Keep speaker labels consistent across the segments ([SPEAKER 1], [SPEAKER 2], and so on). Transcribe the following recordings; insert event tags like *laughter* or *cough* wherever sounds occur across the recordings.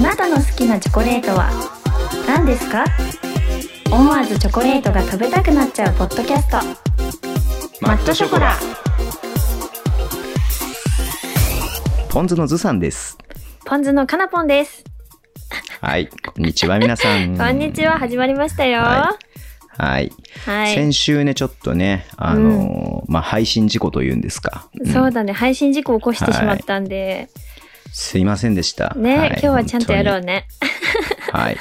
[SPEAKER 1] なたの好きなチョコレートは何ですか思わずチョコレートが食べたくなっちゃうポッドキャストマットショコラ
[SPEAKER 2] ポン酢のずさんです。
[SPEAKER 1] ポン酢のかなぽんです
[SPEAKER 2] はい。こんにちは、皆さん。
[SPEAKER 1] こんにちは始まりましたよは
[SPEAKER 2] ははい。
[SPEAKER 1] い、
[SPEAKER 2] 先週ね、ちょっとね、あのーまあ、配信事故というんですか。うん
[SPEAKER 1] そうだね配信事故を起こしてしまったんで、
[SPEAKER 2] すいませんでした。
[SPEAKER 1] ね、
[SPEAKER 2] い
[SPEAKER 1] 今日はちゃんとやろうね
[SPEAKER 2] はい。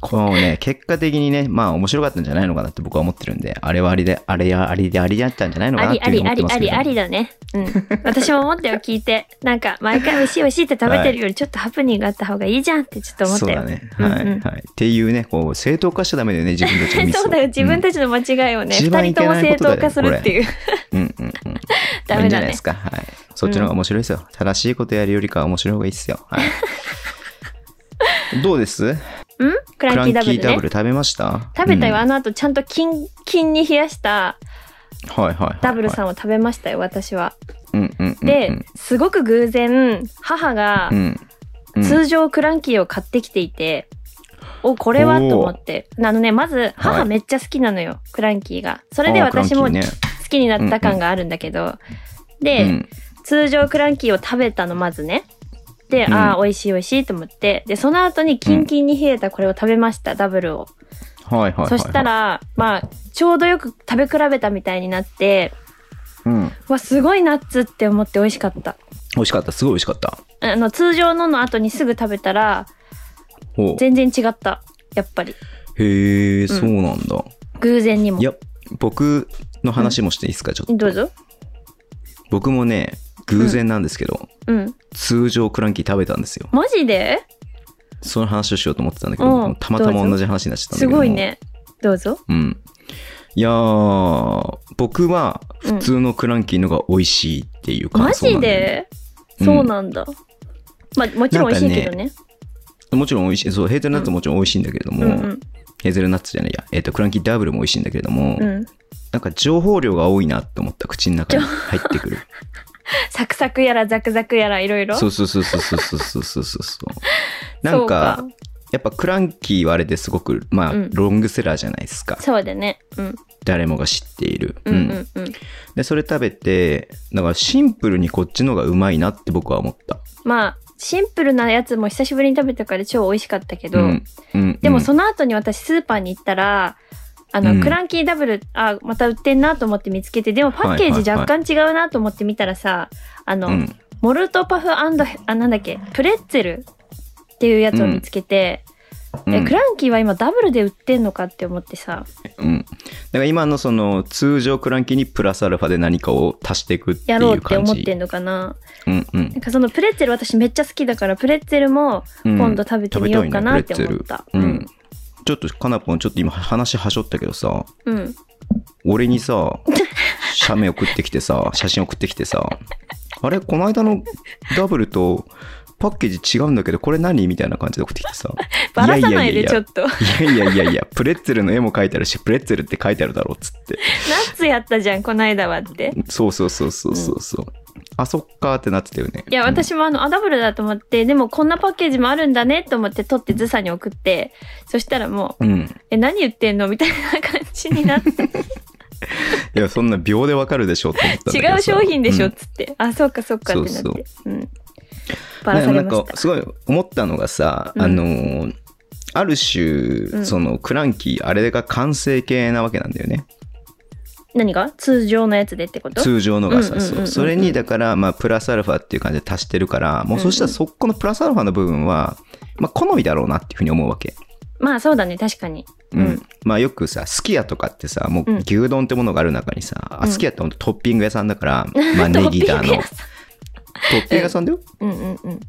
[SPEAKER 2] このね、結果的にね、まあ面白かったんじゃないのかなって僕は思ってるんで、あれはあれで、あれやあれであれやったんじゃないのか
[SPEAKER 1] あ
[SPEAKER 2] なって
[SPEAKER 1] り
[SPEAKER 2] い
[SPEAKER 1] あ
[SPEAKER 2] うふうに
[SPEAKER 1] り
[SPEAKER 2] 思
[SPEAKER 1] あ
[SPEAKER 2] ってま
[SPEAKER 1] り
[SPEAKER 2] す
[SPEAKER 1] あ
[SPEAKER 2] けど。
[SPEAKER 1] りありだね。うん。
[SPEAKER 2] *laughs*
[SPEAKER 1] 私も思ったよ、聞いて。なんか、毎回美味しい美味しいって食べてるより、ちょっとハプニングがあった方がいいじゃんってちょっと思っ
[SPEAKER 2] そ
[SPEAKER 1] た
[SPEAKER 2] う
[SPEAKER 1] よ。
[SPEAKER 2] だね。はい、
[SPEAKER 1] うんうん
[SPEAKER 2] はい。っていうね、こう、正当化しちゃダメだよね、自分たちのミスを。
[SPEAKER 1] そうだよ、自分たちの間違いをね、
[SPEAKER 2] うん
[SPEAKER 1] 二、人とも正当化するっていう。
[SPEAKER 2] うん、うんうんうん。
[SPEAKER 1] ダ
[SPEAKER 2] いい
[SPEAKER 1] メ
[SPEAKER 2] んじゃない
[SPEAKER 1] だね
[SPEAKER 2] で。すか。はい。そっちの方が面白いですよ。正しいことやるよりかは面白い方がいいですよ。はい。
[SPEAKER 1] *laughs*
[SPEAKER 2] どうです
[SPEAKER 1] うんク
[SPEAKER 2] ク
[SPEAKER 1] ラ
[SPEAKER 2] ラ
[SPEAKER 1] ン
[SPEAKER 2] ン
[SPEAKER 1] キ
[SPEAKER 2] キー
[SPEAKER 1] ーダブル
[SPEAKER 2] ダ
[SPEAKER 1] ね
[SPEAKER 2] ブ。ル食べました
[SPEAKER 1] 食べたよ、
[SPEAKER 2] うん
[SPEAKER 1] あの後ちゃんとキンキンに冷やした
[SPEAKER 2] はいはいはいはい。
[SPEAKER 1] ダブルさんを食べましたよ、私は。
[SPEAKER 2] うん。うんうんうん。
[SPEAKER 1] で、すごく偶然、母が
[SPEAKER 2] うん、うん。
[SPEAKER 1] 通常クランキーを買ってきていて、お、これはと思って。あのね、まず母めっちゃ好きなのよ、クランキーが。それで
[SPEAKER 2] あークラン
[SPEAKER 1] 私
[SPEAKER 2] キ
[SPEAKER 1] も
[SPEAKER 2] ー
[SPEAKER 1] 好
[SPEAKER 2] ね
[SPEAKER 1] きになった感があるんだけど。で、
[SPEAKER 2] うん
[SPEAKER 1] 通常クランキーを食べたのまずね。で、
[SPEAKER 2] うん
[SPEAKER 1] ああ、美味しい美味しいと思って。で、その後にキンキンに冷えたこれを食べました、ダブルを。
[SPEAKER 2] はいはいはいはい。
[SPEAKER 1] そした、ら、まあ、ちょうどよく食べ比べたみたいになって、
[SPEAKER 2] うん。
[SPEAKER 1] うわ、すごいナッツって思って美味しかった。
[SPEAKER 2] 美味しかった。すごい美味しかった。
[SPEAKER 1] あの、通常のの後にすぐ食べたら、
[SPEAKER 2] おう
[SPEAKER 1] 全然違った。やっぱり。
[SPEAKER 2] へえ、そうなんだ。
[SPEAKER 1] 偶然にも
[SPEAKER 2] い。や、僕の話もしていいですか、ちょっと。
[SPEAKER 1] どうぞ。
[SPEAKER 2] 僕もね、偶然なんですけど、
[SPEAKER 1] うん。
[SPEAKER 2] 通常クランキー食べたんですよ。
[SPEAKER 1] マジで
[SPEAKER 2] その話をしようと思ってたんだけ
[SPEAKER 1] うん
[SPEAKER 2] ど、たまた
[SPEAKER 1] どう
[SPEAKER 2] ま
[SPEAKER 1] ぞ
[SPEAKER 2] 同じ話になっちゃったんだけ
[SPEAKER 1] す
[SPEAKER 2] ど。
[SPEAKER 1] ごい。ね。どうぞ。
[SPEAKER 2] うん。いやー、僕は
[SPEAKER 1] うん
[SPEAKER 2] 普通のクランキーのが美味しいっていう
[SPEAKER 1] マ
[SPEAKER 2] 感想な
[SPEAKER 1] ジ
[SPEAKER 2] んだよね
[SPEAKER 1] でそうなんだ。まあ、もちろん美味しいけどね。
[SPEAKER 2] もちろん美味しい。そう、ヘーゼルナッツももちろん美味しいんだけれど
[SPEAKER 1] う
[SPEAKER 2] も、
[SPEAKER 1] んうん。
[SPEAKER 2] ヘーゼルナッツじゃないや、えっ、と、クランキーダブルも美味しいんだけれども、
[SPEAKER 1] うん。
[SPEAKER 2] なんか情報量が多いなって思った口の中に入って
[SPEAKER 1] *laughs*
[SPEAKER 2] くる。
[SPEAKER 1] サクサクやらザクザクやらいろいろ。
[SPEAKER 2] そうそうそうそうそうそうそう
[SPEAKER 1] *laughs*
[SPEAKER 2] そうそう。なんか
[SPEAKER 1] そ、う
[SPEAKER 2] やっぱクランキーはあれですごく、まあ、
[SPEAKER 1] うん
[SPEAKER 2] ロングセラーじゃないですか。
[SPEAKER 1] そうだね。うん。
[SPEAKER 2] 誰もが知っている。
[SPEAKER 1] うんうんうん。
[SPEAKER 2] で、それ食べて、だからシンプルにこっちのがうまいなって僕は思った。
[SPEAKER 1] まあ、シンプルなやつも久しぶりに食べたから超美味しかったけど、
[SPEAKER 2] ん。うん、
[SPEAKER 1] でも
[SPEAKER 2] う
[SPEAKER 1] その後に私スーパーに行ったら、あの、
[SPEAKER 2] うん
[SPEAKER 1] クランキーダブル、あ、また売ってんなと思って見つけて、でもパッケー
[SPEAKER 2] はい
[SPEAKER 1] ジ
[SPEAKER 2] はいは
[SPEAKER 1] 若
[SPEAKER 2] い
[SPEAKER 1] 干違うなと思って見たらさ、あの、
[SPEAKER 2] んうん。
[SPEAKER 1] モルトパフあ、なんだっけ、プレッツェルっていうやつを見つけて、
[SPEAKER 2] うん
[SPEAKER 1] え、クランキーは今ダブルで売ってんのかって思ってさ、
[SPEAKER 2] うん。だから今のその通常クランキーにプラスアルファで何かを足していくってい
[SPEAKER 1] や
[SPEAKER 2] う感じ。
[SPEAKER 1] ろうって思ってんのかな。
[SPEAKER 2] うんうん
[SPEAKER 1] なん。かそのプレッツェル私めっちゃ好きだからプレッツェルも今度食べてみようかなって思った。
[SPEAKER 2] うん。ちょっとかなぽんちょっと今話はしょったけどさ
[SPEAKER 1] うん。うん。
[SPEAKER 2] 俺にさ写メ送ってきてさ写真送ってきてさあれこの間のダブルとパッケージ違うんだけどこれ何みたいな感じで送ってきてさ
[SPEAKER 1] ばらさないでちょっ
[SPEAKER 2] っ
[SPEAKER 1] と。 *laughs* ナ
[SPEAKER 2] といやいやいやいやプレッツェルの絵も書いてあるしプレッツェルって書いてあるだろうっつって
[SPEAKER 1] ッツやったじゃん、こないだはって。
[SPEAKER 2] そうそうそうそうそうそう、あそっかーってなってたよね
[SPEAKER 1] いや、私もあの、アダブルだと思って、でもこんなパッケージもあるんだねと思って取ってズサに送って、そしたらもう、
[SPEAKER 2] うん、うん
[SPEAKER 1] え、何言ってんのみたいな感じになって、
[SPEAKER 2] いやそんな秒でわかるでしょって思ったんだけど
[SPEAKER 1] 違う
[SPEAKER 2] さ
[SPEAKER 1] 商品でしょ
[SPEAKER 2] う
[SPEAKER 1] っ
[SPEAKER 2] ん
[SPEAKER 1] つって、あ、そうかそうかってなって。
[SPEAKER 2] そうそう
[SPEAKER 1] うん。ばらされま
[SPEAKER 2] な
[SPEAKER 1] し
[SPEAKER 2] ん
[SPEAKER 1] た
[SPEAKER 2] か。すごい思ったのがさ、
[SPEAKER 1] うん
[SPEAKER 2] あのーある
[SPEAKER 1] う
[SPEAKER 2] 種
[SPEAKER 1] ん
[SPEAKER 2] そのクランキーあれが完成形なわけなんだよね、
[SPEAKER 1] 何が通常のやつでってこと
[SPEAKER 2] 通常のが
[SPEAKER 1] うんう
[SPEAKER 2] さ
[SPEAKER 1] んうんうん
[SPEAKER 2] そうそれにだからまあプラスアルファっていう感じで足してるからもうそしたらそこのプラスアルファの部分は、まあ、好みだろうなっていうふうに思うわけ、
[SPEAKER 1] まあそうだね、確かに。
[SPEAKER 2] うん
[SPEAKER 1] うん
[SPEAKER 2] まあよくさすき家とかってさもううん牛丼ってものがある中にさ、
[SPEAKER 1] う
[SPEAKER 2] あ
[SPEAKER 1] ん
[SPEAKER 2] すき家ってほんとトッピング屋さんだ
[SPEAKER 1] *laughs*
[SPEAKER 2] から、まあネギだの
[SPEAKER 1] ト
[SPEAKER 2] ト
[SPEAKER 1] ッピング屋
[SPEAKER 2] ッピング屋さんだよ
[SPEAKER 1] うんうんうん。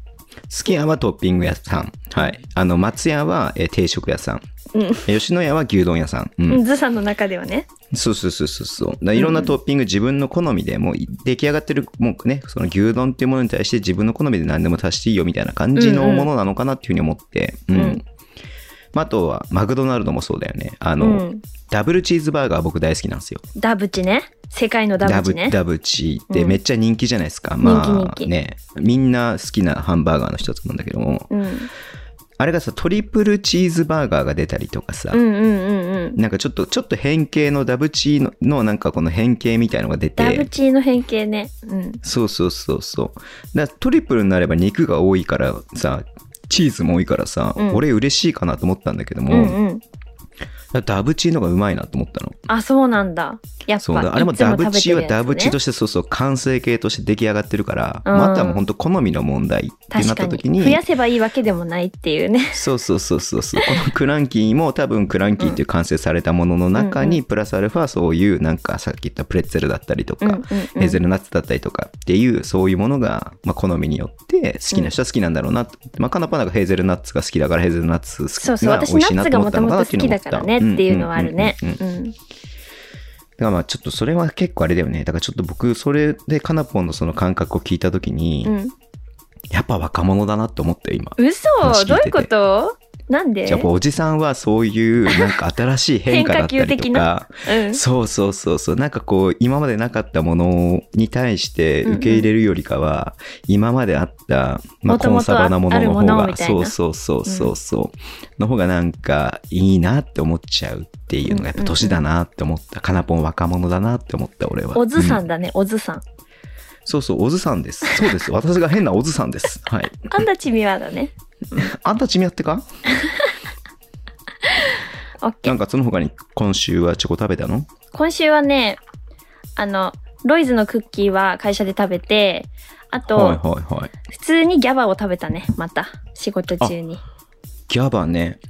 [SPEAKER 2] すき家はトッピング屋さん。はい。あの、松屋は、えー定食屋さん。
[SPEAKER 1] うん
[SPEAKER 2] 吉野家は牛丼屋さん。うん。
[SPEAKER 1] うんズサの中ではね。
[SPEAKER 2] そうそうそうそうそう。だからいろんなトッピング、自分の好みでもう出来上がってる、もうね、その牛丼っていうものに対して自分の好みで何でも足していいよみたいな感じの
[SPEAKER 1] うんうん
[SPEAKER 2] ものなのかなっていうふうに思って。うん。
[SPEAKER 1] うん
[SPEAKER 2] まあ、あとは、マクドナルドもそうだよね。あの、
[SPEAKER 1] うん
[SPEAKER 2] ダブルチーズバーガー僕大好きなんですよ。
[SPEAKER 1] ダブチね。世界のダブチね。
[SPEAKER 2] ダブチってめっちゃ人気じゃないですか。
[SPEAKER 1] ん
[SPEAKER 2] まあ
[SPEAKER 1] 人気人気
[SPEAKER 2] ね、みんな好きなハンバーガーの一つなんだけども、
[SPEAKER 1] うん。
[SPEAKER 2] あれがさ、トリプルチーズバーガーが出たりとかさ、
[SPEAKER 1] うんうんうんうん。
[SPEAKER 2] なんかちょっと、ちょっと変形のダブチーののなんかこの変形みたいのが出
[SPEAKER 1] ダブ
[SPEAKER 2] て、
[SPEAKER 1] チーの変形ね。うん。
[SPEAKER 2] そうそうそうそう。だからトリプルになれば肉が多いからさ、チーズも多いからさ、
[SPEAKER 1] うん
[SPEAKER 2] 俺嬉しいかなと思ったんだけど
[SPEAKER 1] う
[SPEAKER 2] も、
[SPEAKER 1] んうん。
[SPEAKER 2] ダブチーのがうまいなと思ったの。
[SPEAKER 1] あ、そうなんだ。やっ
[SPEAKER 2] そう
[SPEAKER 1] ぱ。
[SPEAKER 2] だあれも
[SPEAKER 1] いつ
[SPEAKER 2] ダブチーはダブチーと
[SPEAKER 1] し
[SPEAKER 2] してそうそう完成形として出来上がってるから、
[SPEAKER 1] うん
[SPEAKER 2] まあ、あとはもう本当好みの問題ってなった時に
[SPEAKER 1] 増やせばいいわけでもないっていうね。
[SPEAKER 2] そうそうそうそうそうこのクランキーも多分クランキーっていう完成されたものの中に、プラスアルファそういうなんかさっき言ったプレッツェルだったりとか、
[SPEAKER 1] うんうんうん
[SPEAKER 2] ヘーゼルナッツだったりとかっていうそういうものが、まあ、好みによって好きな人は好きなんだろうなと、まあ、カナパナがヘーゼルナッツが好きだからヘーゼルナッツ
[SPEAKER 1] そう
[SPEAKER 2] 好き
[SPEAKER 1] そう。
[SPEAKER 2] が美
[SPEAKER 1] 私、
[SPEAKER 2] 味
[SPEAKER 1] ナ
[SPEAKER 2] しい
[SPEAKER 1] ッ
[SPEAKER 2] な
[SPEAKER 1] ツ
[SPEAKER 2] と
[SPEAKER 1] が
[SPEAKER 2] 思っ
[SPEAKER 1] も
[SPEAKER 2] た
[SPEAKER 1] と
[SPEAKER 2] の
[SPEAKER 1] も
[SPEAKER 2] かな
[SPEAKER 1] と好
[SPEAKER 2] っていうのを思
[SPEAKER 1] きだ
[SPEAKER 2] っ
[SPEAKER 1] か
[SPEAKER 2] た
[SPEAKER 1] らねっていうのはあるね。
[SPEAKER 2] うんうんうんうん
[SPEAKER 1] うん。
[SPEAKER 2] だからまあちょっとそれは結構あれだよね。だからちょっと僕それでカナポンのその感覚を聞いた時に、
[SPEAKER 1] うん。
[SPEAKER 2] やっぱ若者だなと思って今。
[SPEAKER 1] 嘘
[SPEAKER 2] 話聞いてて
[SPEAKER 1] どういうことなんで
[SPEAKER 2] じゃあやっぱおじさんはそういうなんか新しい変化だった
[SPEAKER 1] 変化球
[SPEAKER 2] りと
[SPEAKER 1] 的な
[SPEAKER 2] か、
[SPEAKER 1] う
[SPEAKER 2] *laughs*
[SPEAKER 1] ん。
[SPEAKER 2] そうそうそうそうなんかこう今までなかったものに対して受け入れるよりかは、今まであった、まあ、
[SPEAKER 1] 元
[SPEAKER 2] コン
[SPEAKER 1] 々
[SPEAKER 2] サバなものの方
[SPEAKER 1] あるものみ
[SPEAKER 2] が
[SPEAKER 1] たい
[SPEAKER 2] そ
[SPEAKER 1] な
[SPEAKER 2] うそうそうそうそう、の方がなんかいいなって思っちゃうっていうのがやっぱ年だなって思った、かなぽん若者だなって思った俺は
[SPEAKER 1] おずさ
[SPEAKER 2] うん
[SPEAKER 1] だね、おずさん。
[SPEAKER 2] そうそうおずさんですそう
[SPEAKER 1] *laughs*
[SPEAKER 2] です私が変なおずさんですはい
[SPEAKER 1] あんたちみわだね。
[SPEAKER 2] あんたちみやってか
[SPEAKER 1] オッケ
[SPEAKER 2] な
[SPEAKER 1] ー。
[SPEAKER 2] んかその他に今週はチョコ食べたの
[SPEAKER 1] 今週はね、あの、ロイズのクッキーは会社で食べて、あと、
[SPEAKER 2] はいはいはい
[SPEAKER 1] 普通にギャバを食べたね、また。仕事中に。
[SPEAKER 2] ギャバね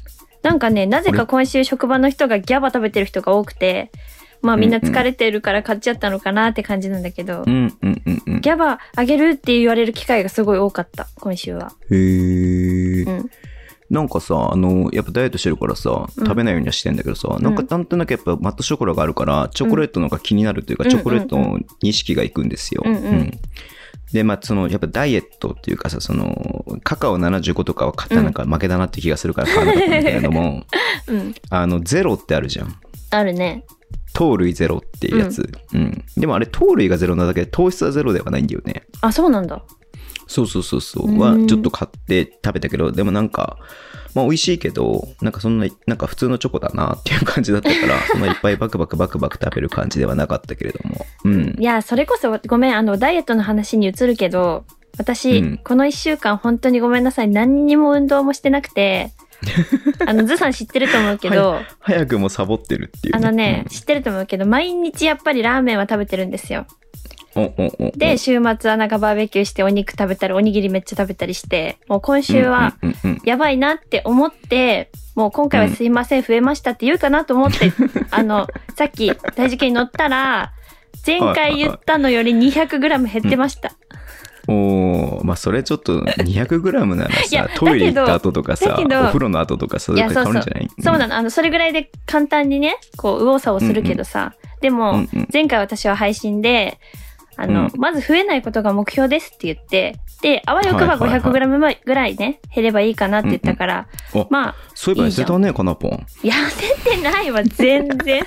[SPEAKER 1] なんかね、なぜか今週職場の人がギャバ食べてる人が多くて、まあみんな疲れてるから買っちゃったのかなって感じなんだけど、
[SPEAKER 2] うんうんうんうん
[SPEAKER 1] ギャバあげるって言われる機会がすごい多かった、今週は。
[SPEAKER 2] へー
[SPEAKER 1] うん。
[SPEAKER 2] なんかさあのやっぱダイエットしてるからさ
[SPEAKER 1] うん
[SPEAKER 2] 食べないようにはしてんだけどさ、
[SPEAKER 1] ん
[SPEAKER 2] なんかなんとなくやっぱマットショコラがあるからチョコレートの方が気になるというか、
[SPEAKER 1] うん
[SPEAKER 2] チョコレートに意識がいくんですよ、
[SPEAKER 1] うんうん
[SPEAKER 2] でまあそのやっぱダイエットっていうかさそのカカオ75とかは買ったらなんか負けだなって気がするから買わなかったんだけれども、 *laughs*
[SPEAKER 1] うん。
[SPEAKER 2] あのゼロってあるじゃん
[SPEAKER 1] あるね。
[SPEAKER 2] 糖類ゼロっていうやつ、うんでもあれ糖類がゼロなだけで糖質はゼロではないんだよね
[SPEAKER 1] あ、そうなんだ。
[SPEAKER 2] そうそうそうそううんはちょっと買って食べたけどでもなんかまあ美味しいけどなんかそんななんか普通のチョコだなっていう感じだったから
[SPEAKER 1] *laughs*
[SPEAKER 2] そんないっぱいバクバクバクバク食べる感じではなかったけれどもうん
[SPEAKER 1] いや、それこそごめん、あの、ダイエットの話に移るけど、私、
[SPEAKER 2] うん
[SPEAKER 1] この一週間本当にごめんなさい、何にも運動もしてなく
[SPEAKER 2] *laughs*
[SPEAKER 1] て、あの、ズさん知ってると思うけど、
[SPEAKER 2] 早くもサボってるっていう、
[SPEAKER 1] あのね、知ってると思うけど、毎日やっぱりラーメンは食べてるんですよ。
[SPEAKER 2] うん、おおお
[SPEAKER 1] で、週末はなんかバーベキューしてお肉食べたり、おにぎりめっちゃ食べたりして、もう今週は、
[SPEAKER 2] うんうんうんうん
[SPEAKER 1] やばいなって思って、もう今回はすいません、増えましたって言うかなと思
[SPEAKER 2] *laughs*
[SPEAKER 1] って、あの、さっき体重計に乗ったら、前回言ったのより 200g 減ってました。
[SPEAKER 2] おーまあそれちょっと 200g なら
[SPEAKER 1] いや
[SPEAKER 2] さトイレ行った後とか
[SPEAKER 1] だ
[SPEAKER 2] さ
[SPEAKER 1] け
[SPEAKER 2] お
[SPEAKER 1] ど
[SPEAKER 2] 風呂の後とかさ
[SPEAKER 1] いや
[SPEAKER 2] 絶対変わるんじゃない
[SPEAKER 1] そうなの。あの、それぐらいで簡単にね、こう、右往左往するけどさ。で
[SPEAKER 2] う
[SPEAKER 1] も
[SPEAKER 2] んうん、
[SPEAKER 1] 前回私は配信で、あの、
[SPEAKER 2] う
[SPEAKER 1] まず増えないことが目標ですって言って、で、あわよく
[SPEAKER 2] は
[SPEAKER 1] ば
[SPEAKER 2] いはいはい
[SPEAKER 1] 500g ぐらいね、減ればいいかなって言ったから、
[SPEAKER 2] うんうんあ
[SPEAKER 1] まあ、
[SPEAKER 2] そういえば痩せたねかなぽん
[SPEAKER 1] 痩せてないわ全
[SPEAKER 2] *laughs*
[SPEAKER 1] 然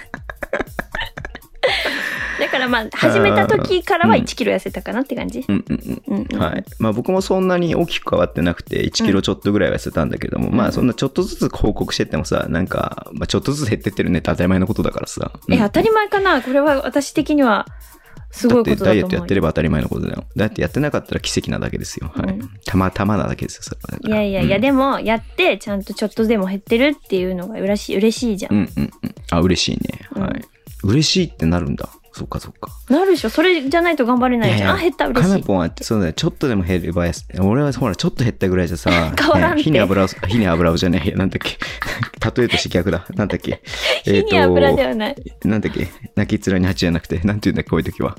[SPEAKER 1] だからまあ始めた時からは
[SPEAKER 2] うん
[SPEAKER 1] 1キロ痩せたかなって感じ、
[SPEAKER 2] うんうんうん
[SPEAKER 1] うんうん
[SPEAKER 2] はいまあ、僕もそんなに大きく変わってなくて1キロちょっとぐらいは痩せたんだけども、まあそんなちょっとずつ報告してってもさなんか、まあ、ちょっとずつ減ってってるねって当たり前のことだからさ、
[SPEAKER 1] え当
[SPEAKER 2] だ
[SPEAKER 1] たり前かなこれは私的にはすご
[SPEAKER 2] っ
[SPEAKER 1] いこ
[SPEAKER 2] て
[SPEAKER 1] と
[SPEAKER 2] ダ
[SPEAKER 1] だと思う
[SPEAKER 2] イエ
[SPEAKER 1] よ
[SPEAKER 2] ットやってれば当たり前のことだよだってやってなかったら奇跡なだけですよ、はい
[SPEAKER 1] うん
[SPEAKER 2] たまたまなだけですよそれはだか
[SPEAKER 1] い
[SPEAKER 2] ら
[SPEAKER 1] やいやいや、
[SPEAKER 2] うん
[SPEAKER 1] でもやってちゃんとちょっとでも減ってるっていうのが嬉しい嬉しいじゃん、
[SPEAKER 2] うんうんうんあ嬉しいねはい、嬉しいってなるんだそっかそっか
[SPEAKER 1] なるでしょそれじゃないと頑張れないじゃんあ減った嬉
[SPEAKER 2] か
[SPEAKER 1] し
[SPEAKER 2] ないぽんは、そうだね、ちょっとでも減ればやす、俺はほら、ちょっと減ったぐらいじゃさ、
[SPEAKER 1] 変わらんて
[SPEAKER 2] ね火に油を、火に油をじゃねえや、なんだっけ。例えとして逆だ。なんだっけ。えーと
[SPEAKER 1] *laughs* 火に油ではない、
[SPEAKER 2] なんだっけ泣き面に蜂じゃなくて、なんて言うんだっけ、こういう時は。